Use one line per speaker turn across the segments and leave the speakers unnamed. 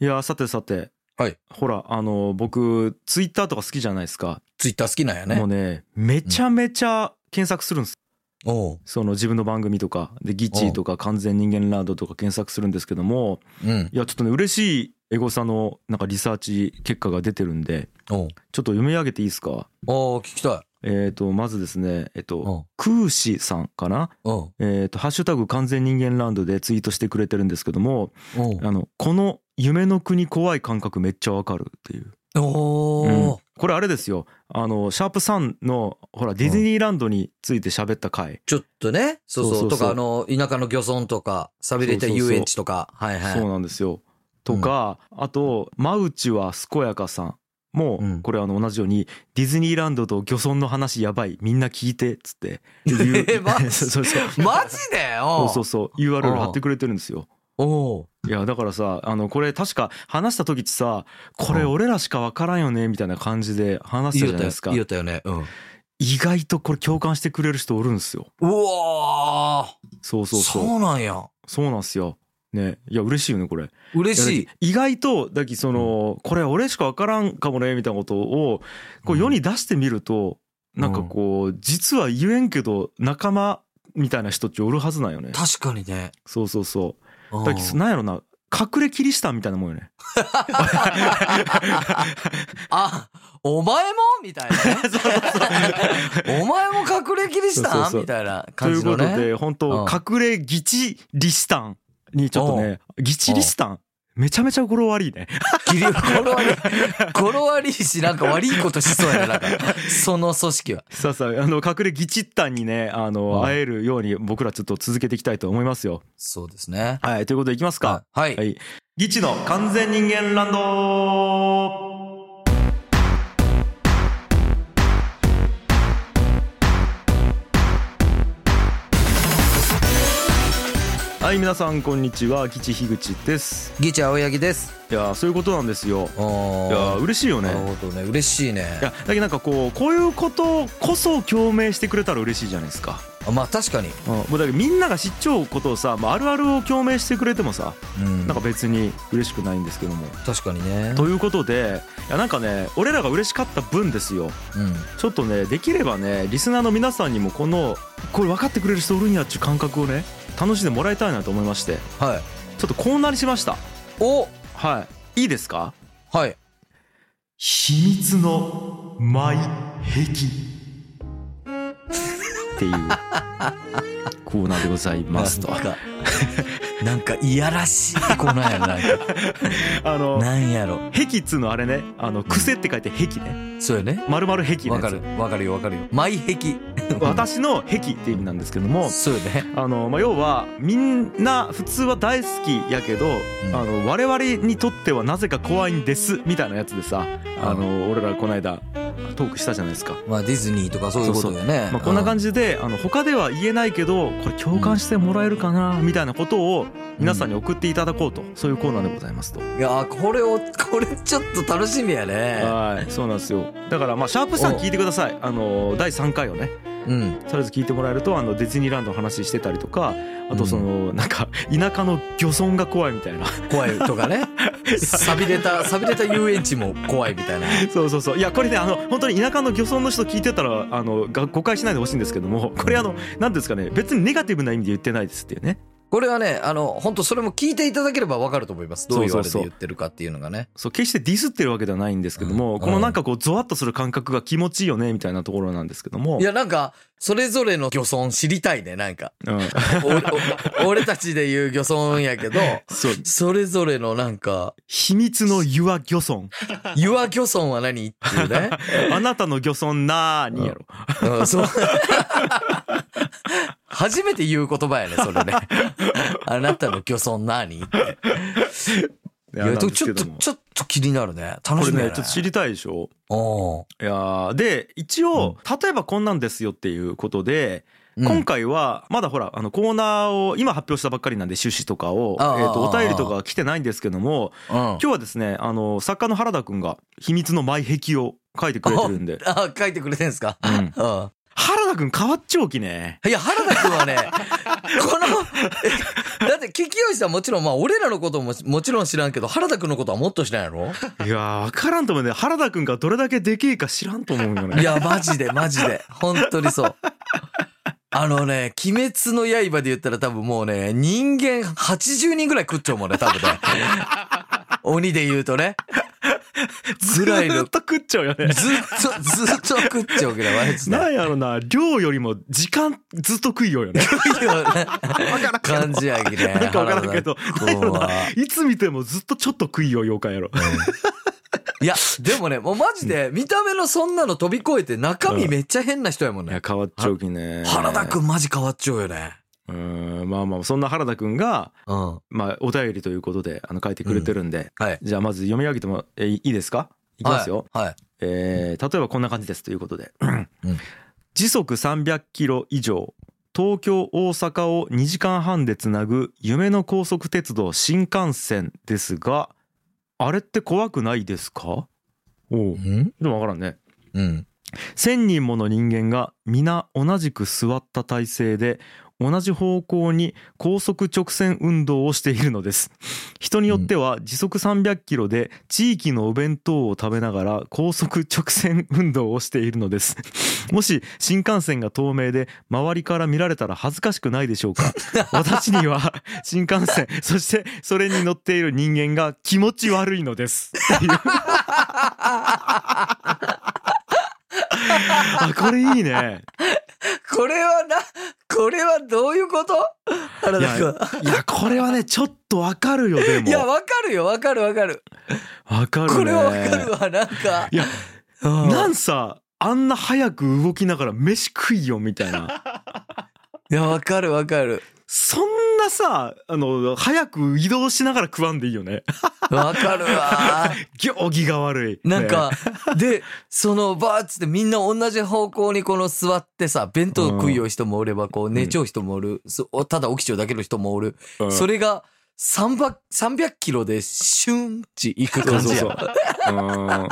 いや、さてさて。
はい。
ほら、あの、僕、ツイッターとか好きじゃないですか。
ツイッター好きなんや
もう
ね。
ね、めちゃめちゃ検索するんです。
おう。
その自分の番組とか、で、ギチとか完全人間ランドとか検索するんですけども、
うん。
いや、ちょっとね、嬉しいエゴサのなんかリサーチ結果が出てるんで、
おう。
ちょっと読み上げていいですか。
おう、聞きたい。
えっ、と、まずですね、えっ、と、
おう。
クーシーさんかな
おう。
えっ、と、ハッシュタグ完全人間ランドでツイートしてくれてるんですけども、
おう。
あの、この夢の国怖い感覚めっちゃわかるっていう。
お
うんこれあれですよ。あの、シャープさんの、ほら、ディズニーランドについて喋った回。
ちょっとね、そうそう、
そうそうそう
とか、あの、田舎の漁村とか、寂れた遊園地とか、はいはい。
そうなんですよ。とか、あと、マウチは健やかさんも
うん、
これあの、同じように、ディズニーランドと漁村の話やばい、みんな聞いて、つって。
えマジ
そうそうそう。
マジで
そ
お
うそうそう。URL 貼ってくれてるんですよ。
おう
いや、だからさ、あの、これ確か話した時ってさ、これ
うん
俺らしかわからんよね、みたいな感じで話したじゃ
言うた
ない
よ
ですか
言。うたよね。うん。う
意外とこれ共感してくれる人おるんですよ。
おー
そうそうそう。
そうなんや。
そうなんすよ。ね、いや嬉しいよねこれ
嬉し
いや
い
だ。意外とだきその、これ俺しか分からんかもねみたいなことをこう世に出してみると、なんかこう実は言えんけど仲間みたいな人っておるはずなんよね
確かにね。
そうそうそう
うん
だきなんやろな隠れキリシタンみたいなもんよ ね
あ、お前もみたい
そうそう
なね。お前も隠れキリシ
そうそ
タ
う
ン
そう
みたいな
と
感
いう
じ
こ
の
と
ね。
で本当隠れギチリシタンにちょっとねギチリシタンめちゃめちゃ語呂悪いね
ギリ、ゴロ悪い、ゴロ悪いし、なんか悪いことしそうやね。なんか、その組織は。
さあさああの隠れギチッタンにねあ
う
の
ん
会えるように僕らちょっと続けていきたいと思いますよ
そうですね。
はい、ということでいきますか。
はい
は。い。ギチの完全人間ランドはい、皆さんこんにちは。ギチ樋口です。
ギチ青柳です。
いやー、そういうことなんですよ。い
お
やー、
ー
嬉しいよ
なる
ね。
ほどね。嬉しいね
い。や、だけどなんかこう、こういうことこそ共鳴してくれたら嬉しいじゃないですか。
あまあ確かに。
うん、もうだけどみんなが知っちゃうことをさ、まあ、あるあるを共鳴してくれてもさ、
うん
なんか別に嬉しくないんですけども。
確かにね。
ということでいやなんかね俺らが嬉しかった分ですよ
うん。
ちょっとねできればねリスナーの皆さんにもこのこれ分かってくれる人おるんやっちゅう感覚をね楽しんでもらいたいなと思いまして
はい。
ちょっとコーナーにしました
お
はいいいですか
はい。
秘密のマイ壁っていうコーナーでございます と
なんか、 なんかいやらしい子なんやろな んか。
あの
なんやろ。
壁っつうのあれねあの癖って書いて壁ね
そうよね。
丸々壁
わ
ね
かる。わかるよ、わかるよ。マ イ壁。
私の壁って意味なんですけども
そうよね。
あのまあ、要はみんな普通は大好きやけど、
ん
あの我々にとってはなぜか怖いんですみたいなやつでさあの俺らこの間トークしたじゃないですか、
まあディズニーとかそういうことよね。
まあ、こんな感
じ。
じで、あの他では言えないけどこれ共感してもらえるかなみたいなことを皆さんに送っていただこうとそういうコーナーでございますと、
いやー、これを、これちょっと楽しみやね。
はいそうなんですよだからまあシャープさん
お
聞いてくださいあの第3回をね
うん。
とりあえず聞いてもらえるとあのディズニーランドの話してたりとかあとその、なんか田舎の漁村が怖いみたいな
怖いとかね。 錆びれた、錆びれた遊園地も怖いみたいな。
そうそうそういやこれねあの本当に田舎の漁村の人聞いてたらあのが誤解しないでほしいんですけどもこれあの何ですかね別にネガティブな意味で言ってないですっていうね
これはね、あの、本当それも聞いていただければわかると思います。どういう
そ
あ
う
れ
そうそ
で
う
言ってるかっていうのがね。
そう決してディスってるわけではないんですけども、
うん
このなんかこうゾワッとする感覚が気持ちいいよねみたいなところなんですけども
いや、なんか、それぞれの漁村知りたいね、なんか。
うん、
お お俺たちで言う漁村やけど、
そう
それぞれのなんか、
秘密の湯は漁村
岩漁村は何っていうね。
あなたの漁村なーにやろ、
うん、そう。 初めて言う言葉やね、それね。あなたの漁村何って。い
いや
や、
なん
ち
で
ょ
す
ちょ
け
っと、
ども
ちょっと気になるね。楽
こ
し
れ
みや
ね
ね。
ちょっと知りたいでしょ
おー
いやーで一応、例えばこんなんですよっていうことで、
うん
今回はまだほらあのコーナーを今発表したばっかりなんで趣旨とかを、え
ああ
ー、と
あ
お
あ
便りとかは来てないんですけども
うん。
今日はですねあの作家の原田くんが秘密の前壁を書いてくれてるんで。
あ、書いてくれてんすか
うん
うん。
原田くん変わっちゃおきね。
いや、原田君はね、 この、えだって、キキヨシさんもちろん、まあ、俺らのことももちろん知らんけど、原田君のことはもっと知らんやろ
いやー、わからんと思うね。原田くんがどれだけでけえか知らんと思うよ
い
ね。
や、マジで、マジで。本当にそう。あのね、鬼滅の刃で言ったら多分もうね、人間80人ぐらい食っちゃうもんね、多分ね。鬼で言うとね。
ずーっと食っちゃうよね。
ずっと、ずっと食っちゃうぐらい、マジで。
なんやろな、量よりも時間ずっと食いようよ ね。
いいよ
わ
ね
からんけど
感じやきね。
なんかわからんけど
原
なんや
田君
ろ
は。
ないつ見てもずっとちょっと食いよう妖怪やろ。
いや、でもね、もうマジで、見た目のそんなの飛び越えて、中身めっちゃ変な人やもん
いや
ね。
変わっちゃうきね。
原田くんマジ変わっちゃうよね。
うーんまあまあそんな原田くんが、
うん。は
まあ、お便りということであの書いてくれてるんで、
い。
じゃあまず読み上げてもえいいですかいきますよ、
はい。
えー例えばこんな感じですということで、
ん
時速300キロ以上東京大阪を2時間半でつなぐ夢の高速鉄道新幹線ですがあれって怖くないですかおう
はいうん
でも分からんね
うん。
1,000人もの人間が皆同じく座った体勢で同じ方向に高速直線運動をしているのです人によっては時速300キロで地域のお弁当を食べながら高速直線運動をしているのですもし新幹線が透明で周りから見られたら恥ずかしくないでしょうか私には新幹線そしてそれに乗っている人間が気持ち悪いのですっていうあこれいいね
これはな、これはどういうこと原
い
田
や
く
いやこれはねちょっとわかるよで
ん。いや、
も
わかるよ、わかるわかる。
わかるね
これはわかるわ、なんか。
いや
うん
なんさあんな早く動きながら飯食いよみたい ない
や、わかるわかる。
そんなさあの早く移動しながら食わんでいいよね
わかるわ。
行儀が悪い
なんか、で、そのバーッつってみんな同じ方向にこの座ってさ、弁当食いよう人もおれば、こう寝ちゃう人もおる、そただ起きちゃうだけの人もおる。
ねうん
それが300、300キロでシュンチ行く
そう
感
そう
じ
そう。う
や。
ーん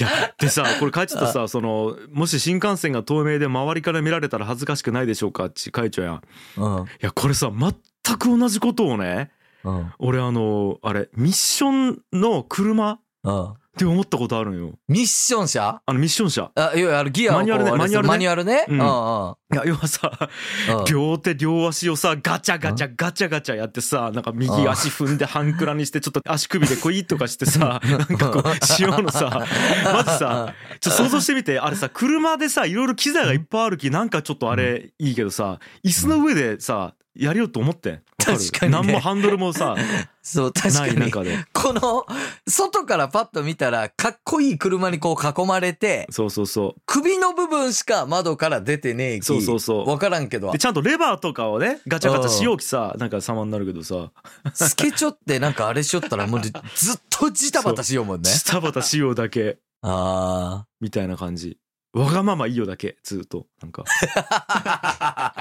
いやでさこれ書いちゃったさそのもし新幹線が透明で周りから見られたら恥ずかしくないでしょうかって書いちゃうやんい
うん
やこれさ全く同じことをね
うん
俺あのあれミッションの車っ
うん
て思ったことあるんよ
ミッション車
あのミッション車
あ、いや、あのギア
マ
をこう
ニュアルね
あれですよ
マ
マ
ニ
ニュアルね。
う
うん
い
ん
や要はさ
うんうん
両手両足をさガチャガチャガチャガチャやってさなんか右足踏んで半クラにしてちょっと足首でこいとかして さなんかこうしようのさマジさちょっと想像してみてあれさ車でさいろいろ機材がいっぱいあるきなんかちょっとあれいいけどさ椅子の上でさやりようと思ってんわる
確かにね
何もハンドルもさ
そう、 確
な
か
い中
に。
で
この、外からパッと見たら、かっこいい車にこう囲まれて、
そうそうそ
首の部分しか窓から出てねえき。
そうそうそう
わからんけ
う
ど
で、ちゃんとレバーとかをねガチャガチャしようきさなんか様になるけどさ
スケチョってなんかあれしよったらもうずっとジタバタしよう もんね。
ジタバタしようだけ
あ
みたいな感じわがままいいよだけずっとなんか
あ。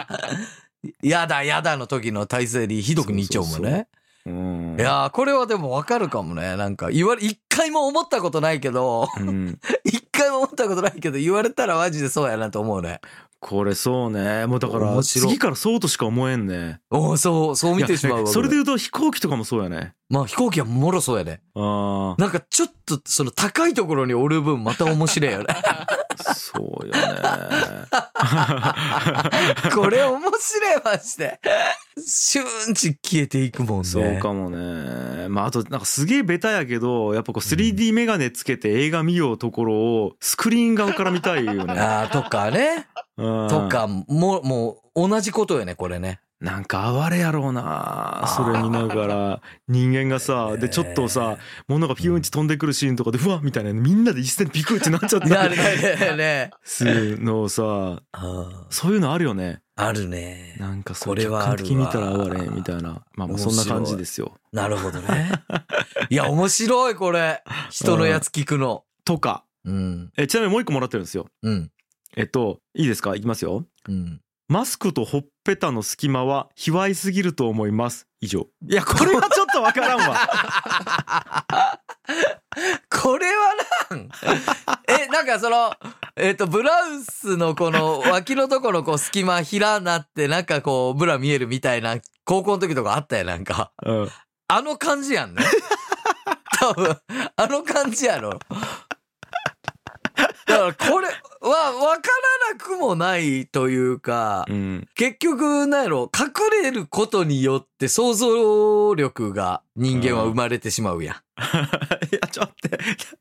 やだやだの時の体勢にひどく似ちゃうもん
そうそう
ね。
うん
いやーこれはでもわかるかもね。なんか言われ、一回も思ったことないけど、
うん
一回も思ったことないけど言われたらマジでそうやなと思うね。
これそうねもうだか
面
ら
白い
次からそうとしか思えんね
おおそう、そう見てしまう
いや
わ。
それで
俺
言うと飛行機とかもそうやね
まあ飛行機はもろそうやね。
あ
なんかちょっとその高いところにおる分また面白 いよね。
あそうよ ね
これ面白いマジで。シューンチ消えていくもんね。
そうかもねまああとなんかすげえベタやけどやっぱこう 3D メガネつけて映画見ようところをスクリーン側から見たいよ ね
ああ、とかね。
と
とか、もう、もう、同じことよね、これね。
なんか哀れやろうなそれ見ながら人間がさでちょっとさ物がピューンチ飛んでくるシーンとかでうわみたいなみんなで一斉にビクッてなっちゃっ
ね。な
た
る
り
ね、ね。
するのさ
あ
そういうのあるよね
あるね。
なんかそう
これ
客
はあ
観
るわ
的に見たら哀れみたいなまあもうそんな感じですよ
なるほどね。いや、面白い、これ。人のやつ聞くの。
とか
うん。
えちなみにもう一個もらってるんですよ
うん。
えっといいですかいきますよ
うん。
マスクとほっぺたの隙間は卑猥すぎると思います以上いやこれはちょっとわからんわ
これはなんえ、なんかその、えっと、ブラウスのこの脇のところこう隙間、ひらなってなんかこう、ブラ見えるみたいな、高校の時とかあったやんなんか。
うん
あの感じや んね。多分、あの感じやろ。だからこれは分からなくもないというか、
うん
結局、なんやろ、隠れることによって想像力が人間は生まれてしまうやん。
いやちょっと待ってだ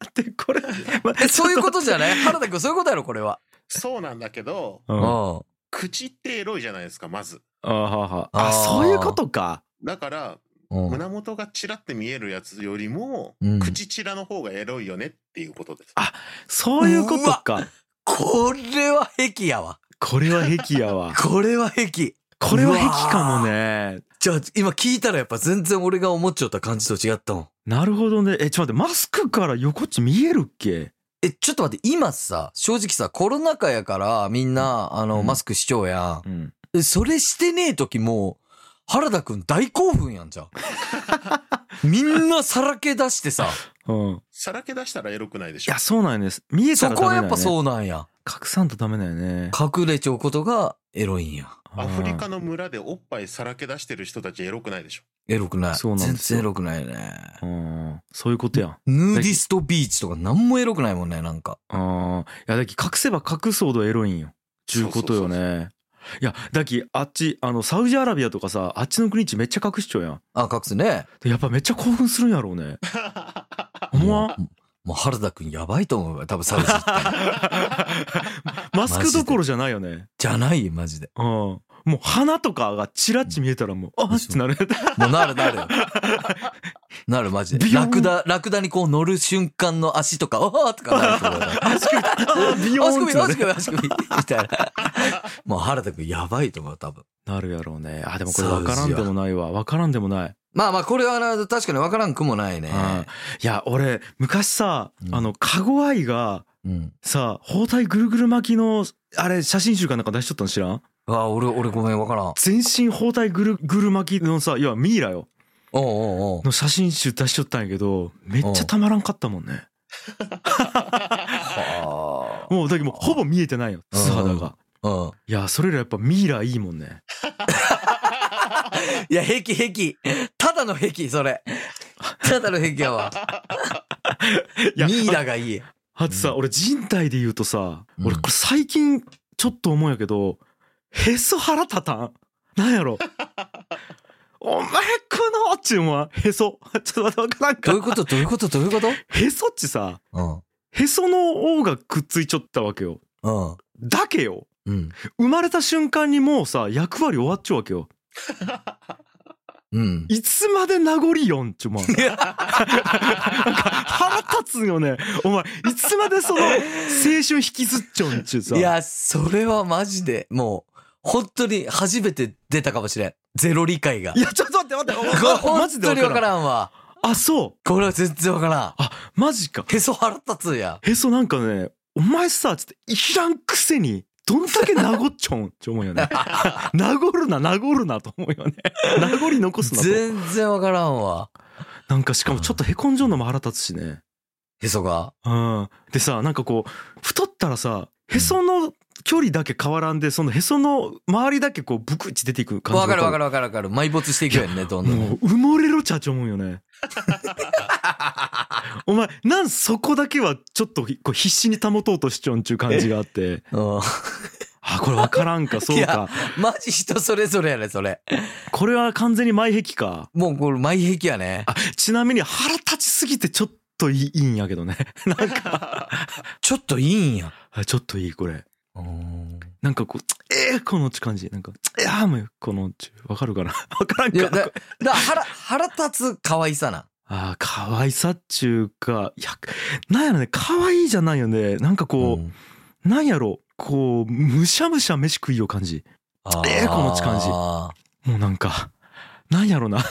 ってこれ、ま
え、そういうことじゃない原田君、そういうことやろ、これは。
そうなんだけど、
う
うんん。
あ
口ってエロいじゃないですか、まず。
ーはーはー
あ
あ
ー
そういうことか
だから、
うん。
胸元がチラって見えるやつよりも、
うん
口チラの方がエロいよねっていうことです。
あそういうことか
これは癖やわ。
これは癖や わ
これは癖。
これは癖かもね
じゃあ、今聞いたらやっぱ全然俺が思っちゃった感じと違ったもん。
なるほどねえちょっと待ってマスクから横っち見えるっけ
え、ちょっと待って、今さ、正直さ、コロナ禍やからみんな、あの、
うん
マスクしちゃうやん
うん
え。それしてねえ時も、原田くん大興奮や んじゃん。みんなさらけ出してさ、
うんい
さらけ出したらエロくないでしょ
や。そうなんよね見えた
そ
ら
こ
ダメだ
はや
よね
っぱそうなんや。
隠さんとダメだよね
隠れちゃうことがエロいんや。
アフリカ
の
の村でおっぱいさらけ出してる人たちエロくないでしょ。
エロくない。
そうなんですよ
全然エロくないね。
うんそういうことやん
ヌーディストビーチとかなんもエロくないもんね、なんか。
ああ、いやだき隠せば隠すほどエロいんよ。ちゅうことよ
そう
ね。いやだきあっちあのサウジアラビアとかさあっちの国っちめっちゃ隠しちゃうやん。
あ、隠すね。
でやっぱめっちゃ興奮するんやろうね。思わん
もうもう原田くんやばいと思うわ。多 分サウジ行ったら
マスクどころじゃないよね。
じゃないよ、マジで。
うん。もう鼻とかがチラッチ見えたらもう、あっって なる。
もうなるな る。なるマジで。
ビヨーン
ラクダ、ラクダにこう乗る瞬間の足とか、ああとかなると思うよ。
足首、あービヨー
足
ンっ
首、
てな
足
る。
首、足首、みたいな。もう原田くんやばいと思う、多分。
なるやろうね。あでもこれわからんでもないわ。わからんでもない。
まあまあ、これはな確かにわからんくもないね。
はいいや俺昔さ
うん
あのカゴアイが
うん。
さ包帯ぐるぐる巻きのあれ写真集かなんか出しとったの知らん
ああ、俺、俺ごめん、わからん。
全身包帯ぐるぐる巻きのさいやミイラよ
おうおうおう
の写真集出しとったんやけどめっちゃたまらんかったもんね
は
もうだけどもうほぼ見えてないよ
うん
素肌が
あ。うん。
いやそれらやっぱミイラいいもんね
いや、壁、壁。ただの壁、それ。ただの壁やわ。
いや
ミイラがいい。
あとさ俺人体で言うとさ
うん
俺これ最近ちょっと思うんやけどへそ腹立たんなんや ろお前このっちゅうもんはへそ ちょっと待ってわからん
どういう
か
ことどういうことどういうこと
へそっちさ
うん。
へその王がくっついちょったわけよ
うん。
だけよ
うん。
生まれた瞬間にもうさ役割終わっちゃうわけよ
うん。
いつまで名残よん ちゅうもんなんか腹立つよねお前いつまでその青春引きずっちょんちゅうさ
いや、それはマジで、もう、本当に初めて出たかもしれん。ゼロ理解が
い。やちょっと待って待 ってお前マ
本
ジで
当にわ
わか
から
ん
らんわ。
あそう
これは全然わから
あマジか
ん。へそ腹立つや
へそなんかねお前さちょっといらんくせにどんだけ名残っちょんって思うよ ね名残るな名残るなと思うよね名残残すなと
全然わからんわ。
なんかしかもちょっとへこんじょんのも腹立つしね
へそが
うん、でさなんかこう太ったらさへその距離だけ変わらんでそのへその周りだけこうブクッチ出ていく感じ
わかるわ
る
かるわかるわかる。埋没していくよね、どんどん。
もう埋もれろちゃち思うよねお前なんそこだけはちょっとひこう必死に保とうとしちょんちゅう感じがあって
うん
あこれわからんかそう
い
か
や マジ人それぞれやね、それ。
これは完全に前壁か
もうこれ、前壁やね。
あちなみに腹立ちすぎてちょっといいいいんやけどねなんか
ちょっといいんや。
あちょっといいこれなんかこうえー、このち感じなんかいやーもうこのちわかるかな わからん
い
か
や、だ、だから腹、腹立つ可愛さな。
ああ、可愛さっちゅうか、いや、なんやろね、可愛いじゃないよね。なんかこ
ん
う、なんやろ、こう、むしゃむしゃ飯食いを感じ。ええこの感じ
あー
もうなんか、なんやろ な。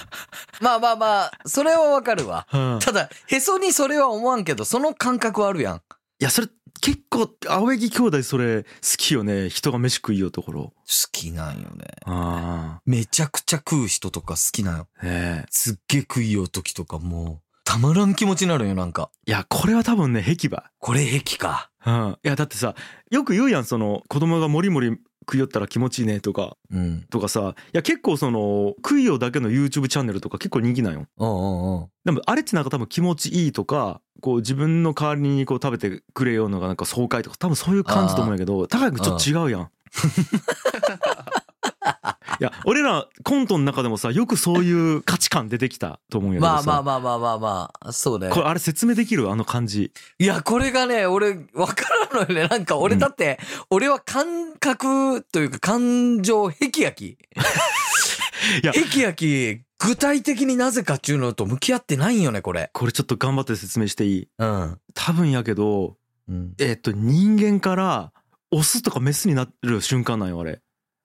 まあまあまあ、それはわかるわ。
うん
ただ、へそにそれは思わんけど、その感覚はあるやん。
いや、それ、結構、青柳兄弟それ、好きよね。人が飯食いようところ。
好きなんよね。
あ
めちゃくちゃ食う人とか好きなんよ。
あ、ね
すっげえ食いよう時とかもたまらん気持ちになるんよ、なんか。
いやこれは多分ね壁ば
これ壁か。
うん、いやだってさよく言うやんその子供がもりもり食いよったら気持ちいいねとか
うん。
とかさいや結構その食いよだけの YouTube チャンネルとか結構人気なんよ
うんうんうん。
でもあれってなんか多分気持ちいいとかこう自分の代わりにこう食べてくれようのがなんか爽快とか多分そういう感じと思うんやけど高くちょっと違う やんいや俺らコントの中でもさよくそういう価値観出てきたと思うんやけど
まあ
さ
まあまあまあまあまあ、そうね
こ。れあれ説明できるあの感じ
いや、これがね、俺、わからんのよね。なんか俺
うん
だって、俺は感覚というか感情、壁やき。
いや
壁やき、具体的になぜかっていうのと向き合ってないんよね、これ。
これちょっと頑張って説明していい
うん。
多分やけど
うん。
えっと人間からオスとかメスになる瞬間なんよあれ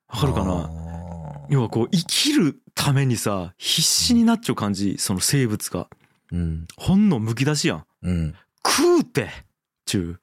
わかるかな
な
要はこう生きるためにさ必死になっちゃう感じその生物が
う。うん。
本能むき出しやん
うん。
食うてちゅう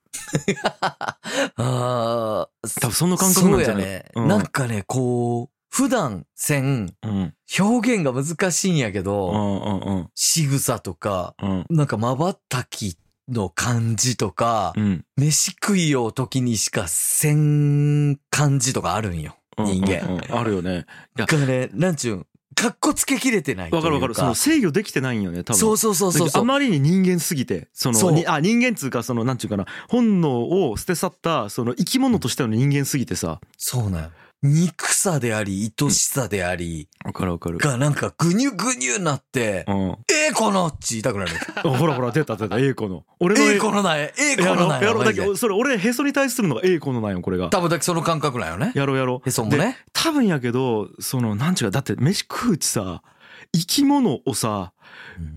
ああ、
多分その感覚なんじゃない
そうやね、
うん
なんかね、こう、普段せん、
うん
表現が難しいんやけ
う
ど、
んうんうん
仕草とか、
うん
なんか瞬きの感じとか、
うん
飯食いよう時にしかせん感じとかあるんよ。
うん
人間
うんうんあるよねいや
だからね、なんちゅうん、かっこつけきれてないと
わ
いう
かるわかるその制御できてないんよね多分
そうそうそうそうそう。
あまりに人間すぎてその
そう
にあ人間っつうかそのなんちゅうかな本能を捨て去ったその生き物としての人間すぎてさ
そうなんよ憎さであり、愛しさであり、
わかるわかる
がなんかぐにゅぐにゅなって、
うん
ええこのって言いたくなる。
あほらほら出た出た A 子の俺の
ええ
A
このだえ、ええこ
や
の
ろ
だ
やろ
マ
だ
ジ
け
で
どそれ俺へそに対するのが A 子のなんよこれが
多分だけその感覚なんよね。
やろうやろう
へそも
で
ね。
多分やけどそのなんちゅうかだって飯食ううちさ生き物をさ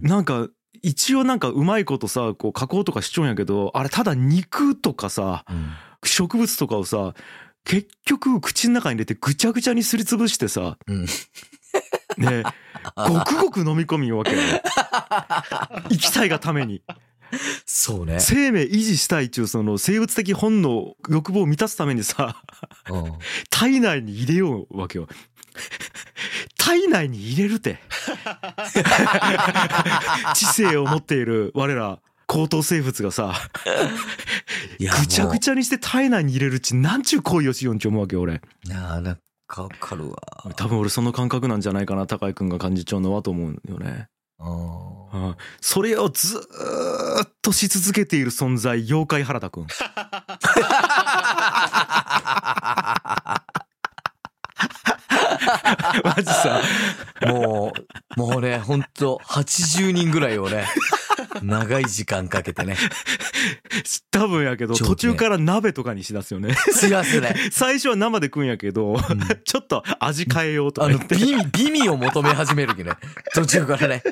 なんか一応なんかうまいことさこう加工とかしちょんやけどあれただ肉とかさ
うん
植物とかをさ結局口の中に入れてぐちゃぐちゃにすりつぶしてさ、
うん
ねごくごく飲み込みよわけよ生きたいがために
そうね。
生命維持したいっていうその生物的本能欲望を満たすためにさ
うん
体内に入れようわ けよ体内に入れるて知性を持っている我ら高等生物がさ
いや
ぐちゃぐちゃにして体内に入れるうちなんちゅう行為をしようんち思うわけよ俺
もうなあ、なんかわかるわ。
多分俺その感覚なんじゃないかな高井君が感じちゃうのはと思うんよね、
うん
うん、それをずーっとし続けている存在妖怪原 田君マジさ
もう、もうね、ほんと、80人ぐらいを ね、長い時間かけてね、
多分やけど
ちょっと
途
ね
中から鍋とかにしだすよね
しらすね。
最初は生で食うんやけど
うん
ちょっと味変えようと
あ
か
の
言っ、て
美味、美味を求め始めるきね。途中からね。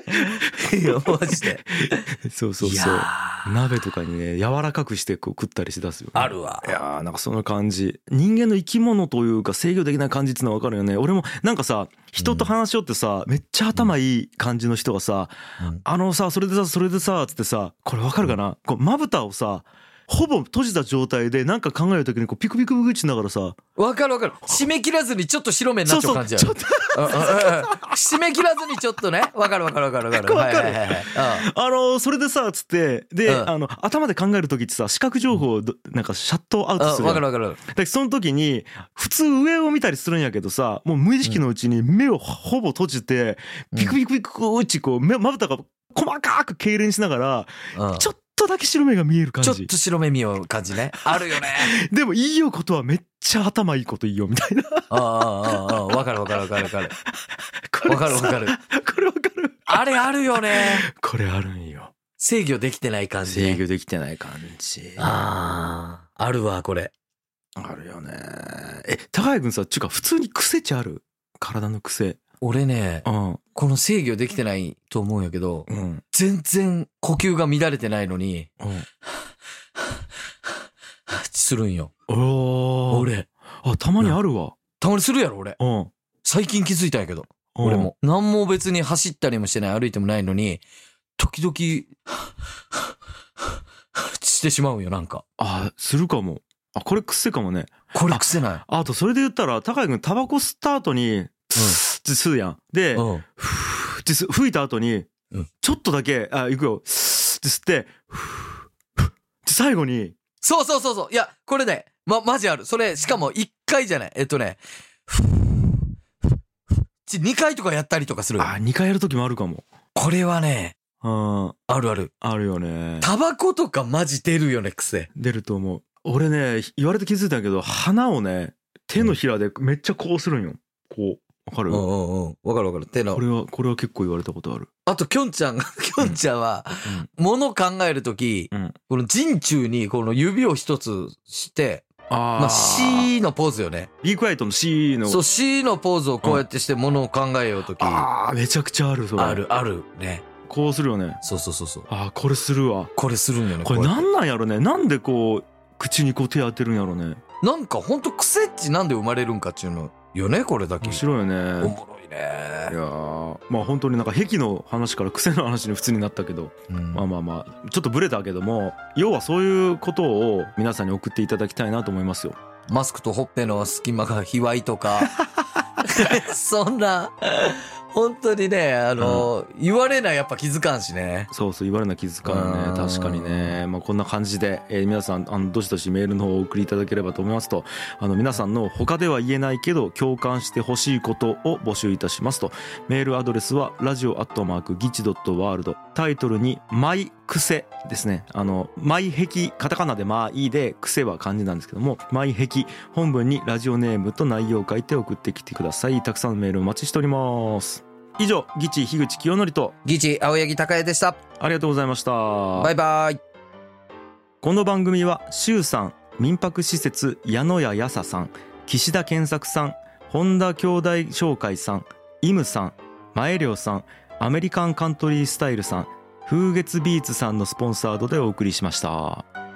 いや、マジで。
そうそう
いや
そう
ー
鍋とかにね柔らかくしてこう食ったりしだすよね、
あるわ
い。やーなんかその感じ人間の生き物というか制御できない感じっていうのは分かるよね俺もなんかさ人と話しよってさ、めっちゃ頭いい感じの人がさ
うん
「あのさそれでさそれでさ」つってさこれ分かるかなこうまぶたをさほぼ閉じた状態でなんか考えるときにこうピクピクピクしながらさ
わかるわかる。締め切らずにちょっと白目になっちゃう感じや
ちょ
ろ
っと
うんうんうんうん締め切らずにちょっとね。わかるわかるわかるわかる。
わかる
はいはいはいはいうん
あのそれでさつってで、
うん
あの頭で考える時ってさ視覚情報をどなんかシャットアウトす
うん
る
わ
やん
かるわかる。
だからその時に普通上を見たりするんやけどさもう無意識のうちに目をほぼ閉じて
うん
ピクピクピクうちこう目まぶたが細かく痙攣しながら
うん
ちょっとだけ白目が見える感
ちょっ
じ
と白目見よう感じね。あるよね。
でもいいよことはめっちゃ頭いいこといいよみたいな
ああ、ああ、わかるわかるわかるわかる。
これ
わかるわかる。
るこれわかる
あれあるよね。
これあるんよ
制御できてない感じね。
できてない感じ
ああ、あるわ、これ。
あるよねえ高谷君さちゅうか普通に癖ちゃある体の癖
俺ね、
うん
この制御できてないと思うんやけど、
うん
全然呼吸が乱れてないのに、
うん
するんよ。
おー
俺。
あたまにあるわ
たまにするやろ、俺。
うんうん
最近気づいたんやけど。俺も。何も別に走ったりもしてない、歩いてもないのに、時々、 してしまうんよ、なんか。
あするかもあこれ癖かもね
これ癖な
あとそれで言ったら高井君タバコ吸った後にツーって吸うやんで
い。うん。
ふーって吸う吹いた後に
うん
ちょっとだけ、あ、行くよ。スーって吸って、ふーふーって最後に、
そうそうそうそう。いや、これね、ま、マジある。それ、しかも1回じゃない。えっとね、2回とかやったりとかする。
あ、2回やる時もあるかも。
これはね、
うん、
あるある。
あるよね。
タバコとかマジ出るよね、癖。
出ると思う。俺ね、言われて気づいたんやけど、鼻をね、手のひらでめっちゃこうするんよ。こう。わか
う
る
んうんうん。わかるわかる。ての
これ。は、これは結構言われたことある。
あと、きょんちゃんが、 きょんちゃんは、物考えるとき、
うん
この陣中にこの指を一つして、
あ
まあ、
ー。
C のポーズよね。
ビークワイトの C の。
そう、C のポーズをこうやってして物を考えようとき、あ
ああ、めちゃくちゃある、それ。
る、ある。ね。
こうするよね。
そうそうそうそう。
ああ、これするわ。
これするんよね。
これ
うやって
なんなんやろね。なんでこう、口にこう手当てるんやろね。
なんかほんと癖っちなんで生まれるんかっていうのよね、これだけ。
面白いよね。
おもろい
い
ね。
やーまあ本当になんか癖の話から癖の話に普通になったけど、
うん
まあまあまあちょっとブレたけども要はそういうことを皆さんに送っていただきたいなと思いますよ
マスクとほっぺの隙間が卑猥 とか。そんな、本当にね、あの、言われないやっぱ気づかんしね。
そうそう言われな気づか
う
なんいね確かにね、まあ、こんな感じで、えー皆さんあのどしどしメールの方をお送りいただければと思いますとあの皆さんの他では言えないけど共感してほしいことを募集いたしますとメールアドレスはラジオアットマークギチドットワールドタイトルに「マイ癖」ですねあの「マイ壁」カタカナで「マイ」で「癖」は漢字なんですけども「マイ壁」本文にラジオネームと内容を書いて送ってきてくださいたくさんのメールお待ちしております以上ギチ樋口清則と
ギチ、青柳高也でした。
ありがとうございました
バイバイ。
この番組は周さん民泊施設矢野屋やささん岸田健作さん本田兄弟紹介さんイムさん前涼さんアメリカンカントリースタイルさん風月ビーツさんのスポンサードでお送りしました。